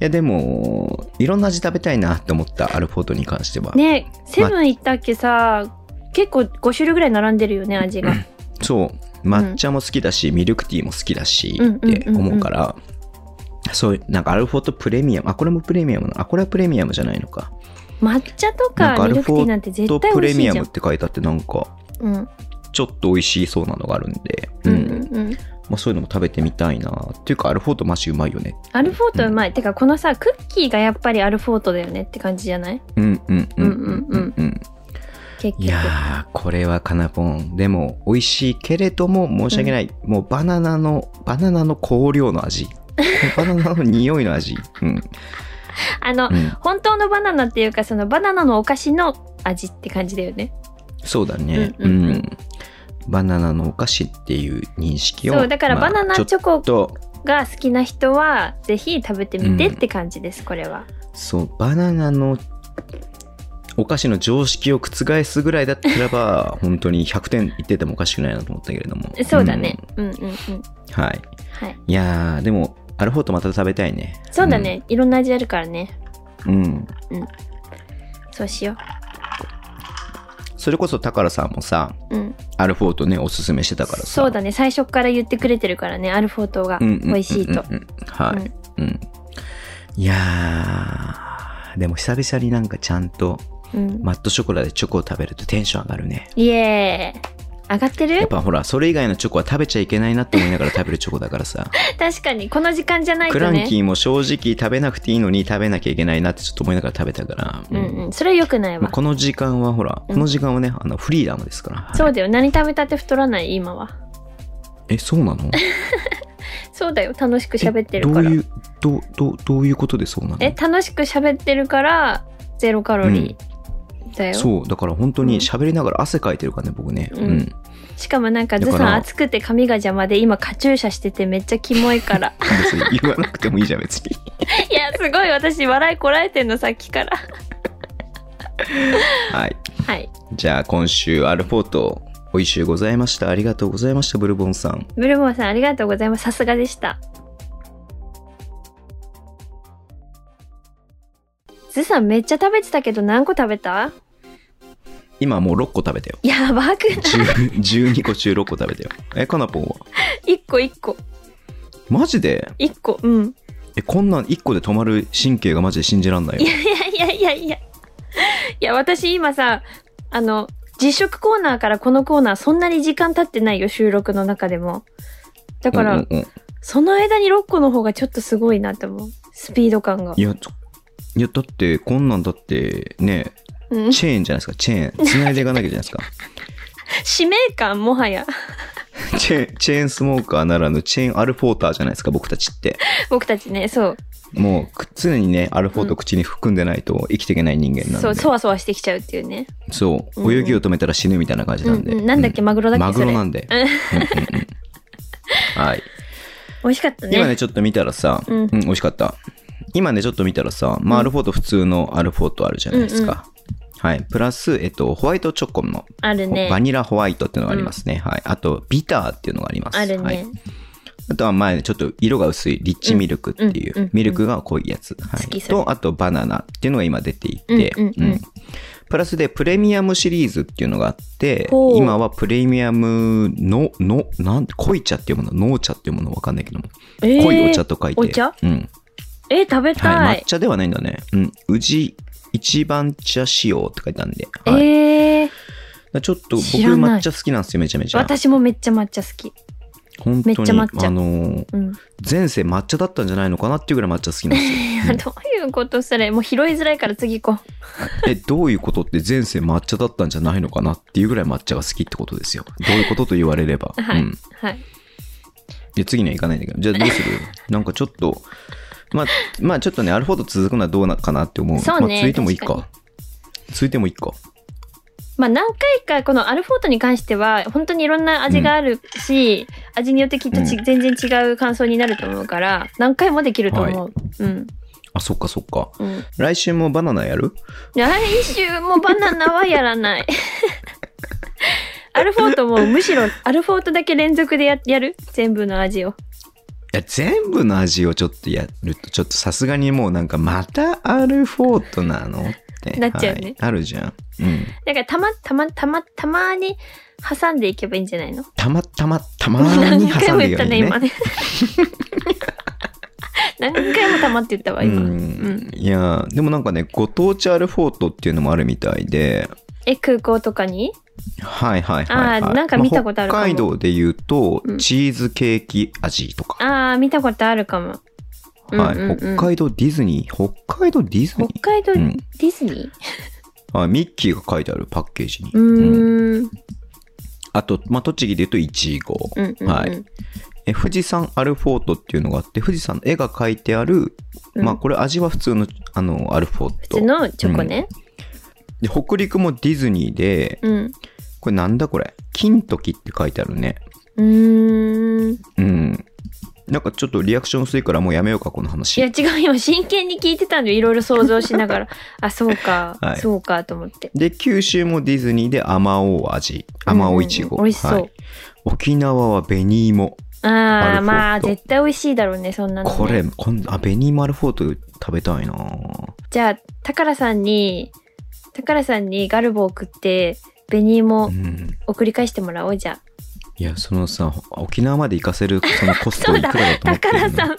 [SPEAKER 2] やでもいろんな味食べたいなって思ったアルフォートに関しては、
[SPEAKER 1] ねセブン行ったっけさ、結構5種類ぐらい並んでるよね味が、
[SPEAKER 2] そう抹茶も好きだし、ミルクティーも好きだし
[SPEAKER 1] うん
[SPEAKER 2] って思うから、そういうなんかアルフォートプレミアムあこれもプレミアムなあこれはプレミアムじゃないのか
[SPEAKER 1] 抹茶と
[SPEAKER 2] なんか
[SPEAKER 1] か
[SPEAKER 2] ア
[SPEAKER 1] ミ
[SPEAKER 2] ル
[SPEAKER 1] ルク
[SPEAKER 2] フ
[SPEAKER 1] ティ
[SPEAKER 2] ォ
[SPEAKER 1] ーなんて
[SPEAKER 2] ート
[SPEAKER 1] 絶対
[SPEAKER 2] プレ
[SPEAKER 1] 美味し
[SPEAKER 2] ミ
[SPEAKER 1] い
[SPEAKER 2] ア
[SPEAKER 1] じゃ
[SPEAKER 2] ム
[SPEAKER 1] ん
[SPEAKER 2] って書いてあってなんか
[SPEAKER 1] うん
[SPEAKER 2] ちょっと美味しそうなのがあるんで、
[SPEAKER 1] う
[SPEAKER 2] うんん
[SPEAKER 1] うんうん
[SPEAKER 2] まあ、そういうのも食べてみたいなっていうかアルフォートマジうまいよね
[SPEAKER 1] アルフォートうまい、てかこのさクッキーがやっぱりアルフォートだよねって感じじゃない
[SPEAKER 2] うんうんうんうんう
[SPEAKER 1] う
[SPEAKER 2] んんうん
[SPEAKER 1] 結局
[SPEAKER 2] いやーこれはカナポンでも美味しいけれども申し訳ない、もうバナナのバナナの香料の
[SPEAKER 1] *laughs*
[SPEAKER 2] 味バナナの匂いの味うん
[SPEAKER 1] あの、
[SPEAKER 2] うん
[SPEAKER 1] 本当のバナナっていうかそのバナナのお菓子の味って感じだよね
[SPEAKER 2] そうだねう
[SPEAKER 1] う
[SPEAKER 2] んん、
[SPEAKER 1] うんうん
[SPEAKER 2] バナナのお菓子っていう認識を
[SPEAKER 1] そうだからバナナ
[SPEAKER 2] まあ
[SPEAKER 1] チョコ
[SPEAKER 2] ちょっと
[SPEAKER 1] が好きな人はぜひ食べてみてって感じです、これは
[SPEAKER 2] そうバナナのお菓子の常識を覆すぐらいだったら
[SPEAKER 1] *laughs*
[SPEAKER 2] ば本当に100点いっててもおかしくないなと思ったけれども
[SPEAKER 1] そうだね、うん、うんうん
[SPEAKER 2] うんはい
[SPEAKER 1] はい
[SPEAKER 2] いやーでもアルフォートまた食べたいね
[SPEAKER 1] そうだね、いろんな味あるからね
[SPEAKER 2] うん、うん
[SPEAKER 1] そうしよ
[SPEAKER 2] それこそ宝さんもさ
[SPEAKER 1] ううん
[SPEAKER 2] アルフォートねおすすめしてたからさ
[SPEAKER 1] そうだね最初から言ってくれてるからねアルフォートが美味しいと
[SPEAKER 2] うんうんうんうんはい、うんいやーでも久々になんかちゃんと
[SPEAKER 1] うん
[SPEAKER 2] マットショコラでチョコを食べるとテンション上がるね
[SPEAKER 1] イエーイ上がって
[SPEAKER 2] やっ
[SPEAKER 1] る
[SPEAKER 2] ぱほらそれ以外のチョコは食べちゃいけないなって思いながら食べるチョコだからさ
[SPEAKER 1] 確かにこの時間じゃないと
[SPEAKER 2] ク
[SPEAKER 1] ね
[SPEAKER 2] ランキーも正直食べなくていいのに食べなきゃいけないなってちょっと思いながら食べたから、
[SPEAKER 1] う
[SPEAKER 2] うん
[SPEAKER 1] んうんそれは良くないわ、
[SPEAKER 2] まあ、この時間はほらこの時間はね、あのフリーダムですからはい
[SPEAKER 1] そうだよ何食べたって太らない今は
[SPEAKER 2] えそうなの
[SPEAKER 1] そうだよ楽しく *laughs* 喋って
[SPEAKER 2] ど
[SPEAKER 1] るか
[SPEAKER 2] う
[SPEAKER 1] ら
[SPEAKER 2] いうどうどうどういうことでそうなの
[SPEAKER 1] え楽しく喋ってるからゼロカロリーだよ、
[SPEAKER 2] そうだから本当に喋りながら汗かいてるからね僕ね
[SPEAKER 1] うん
[SPEAKER 2] うん
[SPEAKER 1] しかもなんか
[SPEAKER 2] だ
[SPEAKER 1] ず
[SPEAKER 2] か
[SPEAKER 1] さ
[SPEAKER 2] ら
[SPEAKER 1] ん暑くて髪が邪魔で今カチューシャしててめっちゃキモいから
[SPEAKER 2] 別に言わなくてもいいじゃん別
[SPEAKER 1] *laughs*
[SPEAKER 2] に
[SPEAKER 1] いやすごい私笑いこらえてんのさっきから
[SPEAKER 2] はい
[SPEAKER 1] はい
[SPEAKER 2] じゃあ今週アルフォートおいしゅうございましたありがとうございましたブルボンさん
[SPEAKER 1] ブルボンさんありがとうございますさすがでしたずさんめっちゃ食べてたけど何個食べた
[SPEAKER 2] 今もう6個食べたよ
[SPEAKER 1] やばくな
[SPEAKER 2] 10 12個中6個食べたよえかなぽんはい
[SPEAKER 1] 1個1個
[SPEAKER 2] マジで
[SPEAKER 1] 1個うん
[SPEAKER 2] えこんなん1個で止まる神経がマジで信じらんない
[SPEAKER 1] い
[SPEAKER 2] よ
[SPEAKER 1] やいやいいやいやいや。いや、私今さ、あの、実食コーナーからこのコーナーそんなに時間経ってないよ、収録の中でも。だか
[SPEAKER 2] う
[SPEAKER 1] ら、
[SPEAKER 2] んうんうん
[SPEAKER 1] その間に6個の方がちょっとすごいなって思う。スピード感が
[SPEAKER 2] い。や、ちょいやだって、こんなんだって、ね、
[SPEAKER 1] うん。
[SPEAKER 2] チェーンじゃないですか、チェ
[SPEAKER 1] *laughs*
[SPEAKER 2] ーン。繋いでいかなきゃじゃないですか。
[SPEAKER 1] 使命感もはや。
[SPEAKER 2] チェーン、チェーンスモーカーならぬチェーンアルフォーターじゃないですか、僕たちって。
[SPEAKER 1] 僕たちね、そう。
[SPEAKER 2] もう、く常にね、アルフォートを口に含んでないと生きていけない人間なんで。
[SPEAKER 1] そう、そわそわしてきちゃうっていうね。
[SPEAKER 2] そう、
[SPEAKER 1] うんうん
[SPEAKER 2] 泳ぎを止めたら死ぬみたいな感じなんで。
[SPEAKER 1] うんうんなんだっけマグロだっけ
[SPEAKER 2] マグ
[SPEAKER 1] そ
[SPEAKER 2] ロ
[SPEAKER 1] れ
[SPEAKER 2] なんで。うんうんうん
[SPEAKER 1] *laughs*
[SPEAKER 2] はい。
[SPEAKER 1] 美味しかったね。
[SPEAKER 2] 今ね、ちょっと見たらさ、
[SPEAKER 1] うん
[SPEAKER 2] うん、美味しかった。今ね、ちょっと見たらさ、まあ、アルフォート普通のアルフォートあるじゃないですか。はい。プラス、えっと、ホワイトチョコの、
[SPEAKER 1] あるね
[SPEAKER 2] バ。ニラホワイトっていうのがありますね。はい。あと、ビターっていうのがあります。
[SPEAKER 1] ある
[SPEAKER 2] はい
[SPEAKER 1] ね。。
[SPEAKER 2] あとは前、ちょっと色が薄い、リッチミルクっていう
[SPEAKER 1] うんうんうん、
[SPEAKER 2] ミルクが濃いやつ。は
[SPEAKER 1] 好き
[SPEAKER 2] い。
[SPEAKER 1] それ
[SPEAKER 2] と、あと、バナナっていうのが今出ていて、
[SPEAKER 1] うんうんうん
[SPEAKER 2] プラスで、プレミアムシリーズっていうのがあって、
[SPEAKER 1] ほう
[SPEAKER 2] 今はプレミアムの、の、なんて、濃い茶っていうもの、濃茶っていうものわかんないけども、
[SPEAKER 1] えー
[SPEAKER 2] 濃いお茶と書いて。
[SPEAKER 1] お茶
[SPEAKER 2] うん。
[SPEAKER 1] えー、食べた
[SPEAKER 2] はい。
[SPEAKER 1] い
[SPEAKER 2] 抹。茶ではないんだね。うん。宇治一番茶仕様って書いてあるんで。はい。
[SPEAKER 1] えー、
[SPEAKER 2] ちょっと僕
[SPEAKER 1] 知らない
[SPEAKER 2] 抹茶好きなんですよ、めちゃめちゃ。
[SPEAKER 1] 私もめっちゃ抹茶好き。
[SPEAKER 2] 本当に
[SPEAKER 1] めっちゃ抹茶
[SPEAKER 2] あのー *laughs*
[SPEAKER 1] うん。
[SPEAKER 2] 前世抹茶だったんじゃないのかなっていうぐらい抹茶好きなんですよ。
[SPEAKER 1] いやどういうことそれもう拾いづらいから次行こ
[SPEAKER 2] え、どういうことって前世抹茶だったんじゃないのかなっていうぐらい抹茶が好きってことですよ。どういうことと言われれば。
[SPEAKER 1] う。 *laughs* は
[SPEAKER 2] う
[SPEAKER 1] い。
[SPEAKER 2] ん。
[SPEAKER 1] はい。
[SPEAKER 2] いや、次にはいかないんだけど。じゃあどうする *laughs* なんかちょっと、まあ、まあちょっとね、アルフォート続くのはどうなかなって思う。
[SPEAKER 1] そう
[SPEAKER 2] ま
[SPEAKER 1] ね
[SPEAKER 2] あ、続いてもいいか。
[SPEAKER 1] 確
[SPEAKER 2] 続いてもいいか。
[SPEAKER 1] まあ何回かこのアルフォートに関しては本当にいろんな味があるし、味によってきっとち、
[SPEAKER 2] う
[SPEAKER 1] 全然違う感想になると思うから何回もできると思う。うん。
[SPEAKER 2] あ、そっかそっか。
[SPEAKER 1] うん。
[SPEAKER 2] 来週もバナナやる
[SPEAKER 1] 来週もバナナはやらない。 *laughs* アルフォートもむしろアルフォートだけ連続でややる全部の味を。
[SPEAKER 2] いや、全部の味をちょっとやると、ちょっとさすがにもうなんか、またアルフォートなのって。
[SPEAKER 1] なっちゃうね
[SPEAKER 2] はいあるじゃん。うん。
[SPEAKER 1] だからたま、たま、たま、たまに挟んでいけばいいんじゃないの
[SPEAKER 2] たまたまたまーに挟んでい *laughs* けばいいね。
[SPEAKER 1] ね。何回もたまって言ったわ、
[SPEAKER 2] う
[SPEAKER 1] 今。
[SPEAKER 2] ん、いやーでもなんかねご当地アルフォートっていうのもあるみたいで
[SPEAKER 1] え、空港とかに
[SPEAKER 2] はいはいはい、
[SPEAKER 1] あ
[SPEAKER 2] は
[SPEAKER 1] ー
[SPEAKER 2] い、
[SPEAKER 1] なんか見たことあるかも
[SPEAKER 2] ま北海道で言うと、
[SPEAKER 1] うん
[SPEAKER 2] チーズケーキ味とか、
[SPEAKER 1] ああ、見たことあるかも。うん
[SPEAKER 2] はい
[SPEAKER 1] うんうん
[SPEAKER 2] 北海道ディズニー北海道ディズニ
[SPEAKER 1] 北海道
[SPEAKER 2] う
[SPEAKER 1] デ
[SPEAKER 2] ん
[SPEAKER 1] ィズニー
[SPEAKER 2] ーあミッキーが書いてあるパッケージに、
[SPEAKER 1] う
[SPEAKER 2] うん
[SPEAKER 1] ーん。
[SPEAKER 2] あと、まあ、栃木で言うといちご
[SPEAKER 1] うんうん
[SPEAKER 2] はいえ富士山アルフォートっていうのがあって富士山の絵が書いてある、まあこれ味は普通のあのアルフォー
[SPEAKER 1] 普通
[SPEAKER 2] ト
[SPEAKER 1] のチョコね。
[SPEAKER 2] で北陸もディズニーで
[SPEAKER 1] うん。
[SPEAKER 2] これなんだこれ金時って書いてあるね
[SPEAKER 1] うーん。い
[SPEAKER 2] うん。なんかちょっとリアクション薄いからもうやめようか、この話。
[SPEAKER 1] や、違う。今、真剣に聞いてたんで、いろいろ想像しな
[SPEAKER 2] *laughs*
[SPEAKER 1] がら。あ、そうか
[SPEAKER 2] は。い
[SPEAKER 1] そうか、と思って。
[SPEAKER 2] で、九州もディズニーであまおう味。あまおういちご。
[SPEAKER 1] うんうん美味しそう
[SPEAKER 2] はい沖縄は紅芋。
[SPEAKER 1] あ
[SPEAKER 2] アルフォー
[SPEAKER 1] あ、
[SPEAKER 2] ト
[SPEAKER 1] まあ、絶対美味しいだろうね、そんなのね。
[SPEAKER 2] これ、こんあ、紅芋アルフォート食べたいなぁ
[SPEAKER 1] じゃあ、タカラさんに、タカラさんにガルボを送って、ベニー
[SPEAKER 2] う
[SPEAKER 1] も
[SPEAKER 2] ん。
[SPEAKER 1] 送り返してもらおうじゃ
[SPEAKER 2] いや、そのさ、沖縄まで行かせるそのコストいくらだと思ってるの
[SPEAKER 1] そうだ宝
[SPEAKER 2] うん
[SPEAKER 1] あ。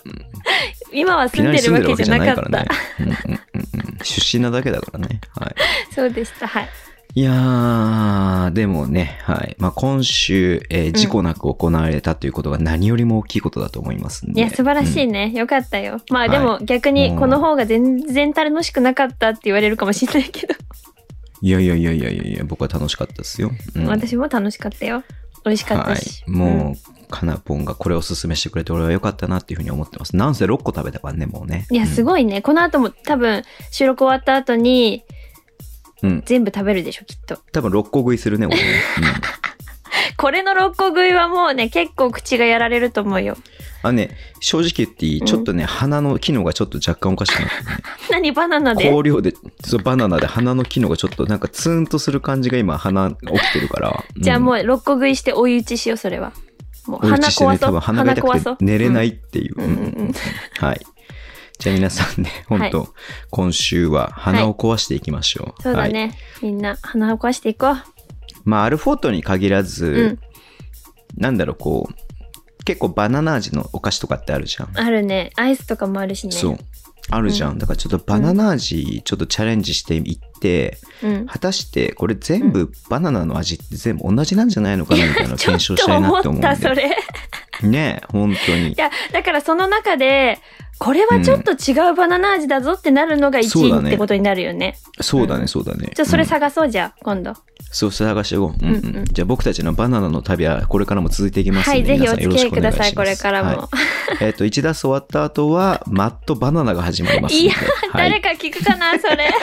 [SPEAKER 1] 今は
[SPEAKER 2] 沖
[SPEAKER 1] 住ん
[SPEAKER 2] 縄に
[SPEAKER 1] でる
[SPEAKER 2] 住ん
[SPEAKER 1] わ
[SPEAKER 2] でるわけ
[SPEAKER 1] けじ
[SPEAKER 2] じ
[SPEAKER 1] ゃ
[SPEAKER 2] ゃ
[SPEAKER 1] な
[SPEAKER 2] な
[SPEAKER 1] か
[SPEAKER 2] い
[SPEAKER 1] っ
[SPEAKER 2] から
[SPEAKER 1] た。
[SPEAKER 2] ね。うんうんうんうん出身なだけだからね。はい。
[SPEAKER 1] *laughs* そうでした。はい。
[SPEAKER 2] いやー、でもね、はい。まあ、今週、えー事故なく行われたということが何よりも大きいことだと思いますん
[SPEAKER 1] い
[SPEAKER 2] で。
[SPEAKER 1] や、素晴らし
[SPEAKER 2] う
[SPEAKER 1] い
[SPEAKER 2] ん
[SPEAKER 1] ね。よかったよ。まあ
[SPEAKER 2] はい
[SPEAKER 1] でも逆にこの方が全然楽しくなかったって言われるかもしれないけど、
[SPEAKER 2] いやいやいやいやいやいや、僕は楽しかったですよ。うん、
[SPEAKER 1] 私も楽しかったよ。美味しかったし。
[SPEAKER 2] はい。もう、かなぽんがこれをおすすめしてくれて、俺は良かったなっていうふうに思ってます。なんせ6個食べたからね、もうね。
[SPEAKER 1] いや、す
[SPEAKER 2] い。
[SPEAKER 1] ごいね。この後も多分収録終わった後に
[SPEAKER 2] うん。
[SPEAKER 1] 全部食べるでしょ、きっと。
[SPEAKER 2] 多分6個食いするね、俺ね。
[SPEAKER 1] これの6個食いはもうね、結構口がやられると思うよ。
[SPEAKER 2] うん、あね、正直言っていい、
[SPEAKER 1] うん
[SPEAKER 2] ちょっとね、鼻の機能がちょっと若干おかしくなってね
[SPEAKER 1] 何バナナで
[SPEAKER 2] 香料で、そう、バナナで鼻の機能がちょっとなんかツーンとする感じが今鼻起きてるから。
[SPEAKER 1] じゃあ
[SPEAKER 2] ん
[SPEAKER 1] もう6個食いして追い打ちしよう、それは。もう
[SPEAKER 2] おう
[SPEAKER 1] 鼻
[SPEAKER 2] ちして
[SPEAKER 1] 壊
[SPEAKER 2] ね、
[SPEAKER 1] そ
[SPEAKER 2] 多
[SPEAKER 1] う。
[SPEAKER 2] 分鼻が
[SPEAKER 1] 鼻壊そ
[SPEAKER 2] 痛
[SPEAKER 1] う。
[SPEAKER 2] く。て寝れないいっていう。
[SPEAKER 1] うんうんうん
[SPEAKER 2] はい。じゃあ皆さんね、本当、今週は鼻を壊していきましょう。
[SPEAKER 1] そうだ
[SPEAKER 2] はい。
[SPEAKER 1] ね。みんな鼻を壊していこう。
[SPEAKER 2] まあ、アルフォートに限ら
[SPEAKER 1] う
[SPEAKER 2] ず
[SPEAKER 1] ん、。
[SPEAKER 2] なんだろう、こう、結構バナナ味のお菓子とかってあるじゃん。
[SPEAKER 1] あるね。アイスとかもあるしね。
[SPEAKER 2] そう。あるじゃん。だからちょっとバナナ味、ちょっとチャレンジしていって、
[SPEAKER 1] うん。
[SPEAKER 2] 果たしてこれ全部バナナの味って全部同じなんじゃないのかなみたいなのを
[SPEAKER 1] ちょ
[SPEAKER 2] 検証
[SPEAKER 1] っ
[SPEAKER 2] し
[SPEAKER 1] と
[SPEAKER 2] たいなって思う
[SPEAKER 1] 思っ
[SPEAKER 2] んだ
[SPEAKER 1] た、
[SPEAKER 2] よ
[SPEAKER 1] それ。
[SPEAKER 2] ねえ本当に
[SPEAKER 1] い。や、だからその中で、これはちょっと違うバナナ味だぞってなるのが
[SPEAKER 2] そうだ
[SPEAKER 1] 1位
[SPEAKER 2] ね
[SPEAKER 1] ってことになるよね。
[SPEAKER 2] そうだね、そうだね。
[SPEAKER 1] じゃあそれ
[SPEAKER 2] うん
[SPEAKER 1] 探そうじゃあ、今度。
[SPEAKER 2] そう探していこう。うんうん
[SPEAKER 1] うんうん
[SPEAKER 2] じゃあ僕たちのバナナの旅はこれからも続いていきますん
[SPEAKER 1] は
[SPEAKER 2] で、
[SPEAKER 1] い、ぜひ
[SPEAKER 2] 皆
[SPEAKER 1] お
[SPEAKER 2] さんよ
[SPEAKER 1] 付
[SPEAKER 2] ろし
[SPEAKER 1] き合い
[SPEAKER 2] くお願
[SPEAKER 1] くだ
[SPEAKER 2] いします。
[SPEAKER 1] さい、これから *laughs*
[SPEAKER 2] は
[SPEAKER 1] も。
[SPEAKER 2] いえっ、と、1打終わった後は、マットバナナが始まりますん
[SPEAKER 1] い
[SPEAKER 2] で。
[SPEAKER 1] や誰か聞くかな、それ。 *laughs*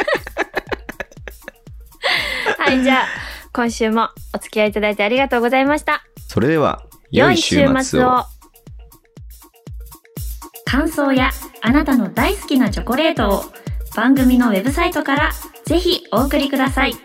[SPEAKER 1] はい、じゃあ、今週もお付き合いいただいてありがとうございました。
[SPEAKER 2] それでは、 *laughs* 良
[SPEAKER 1] 良
[SPEAKER 2] い
[SPEAKER 1] い
[SPEAKER 2] 週
[SPEAKER 1] 週
[SPEAKER 2] 末
[SPEAKER 1] 末
[SPEAKER 2] を
[SPEAKER 1] を。。感想やあなたの大好きなチョコレートを番組のウェブサイトからぜひお送りください。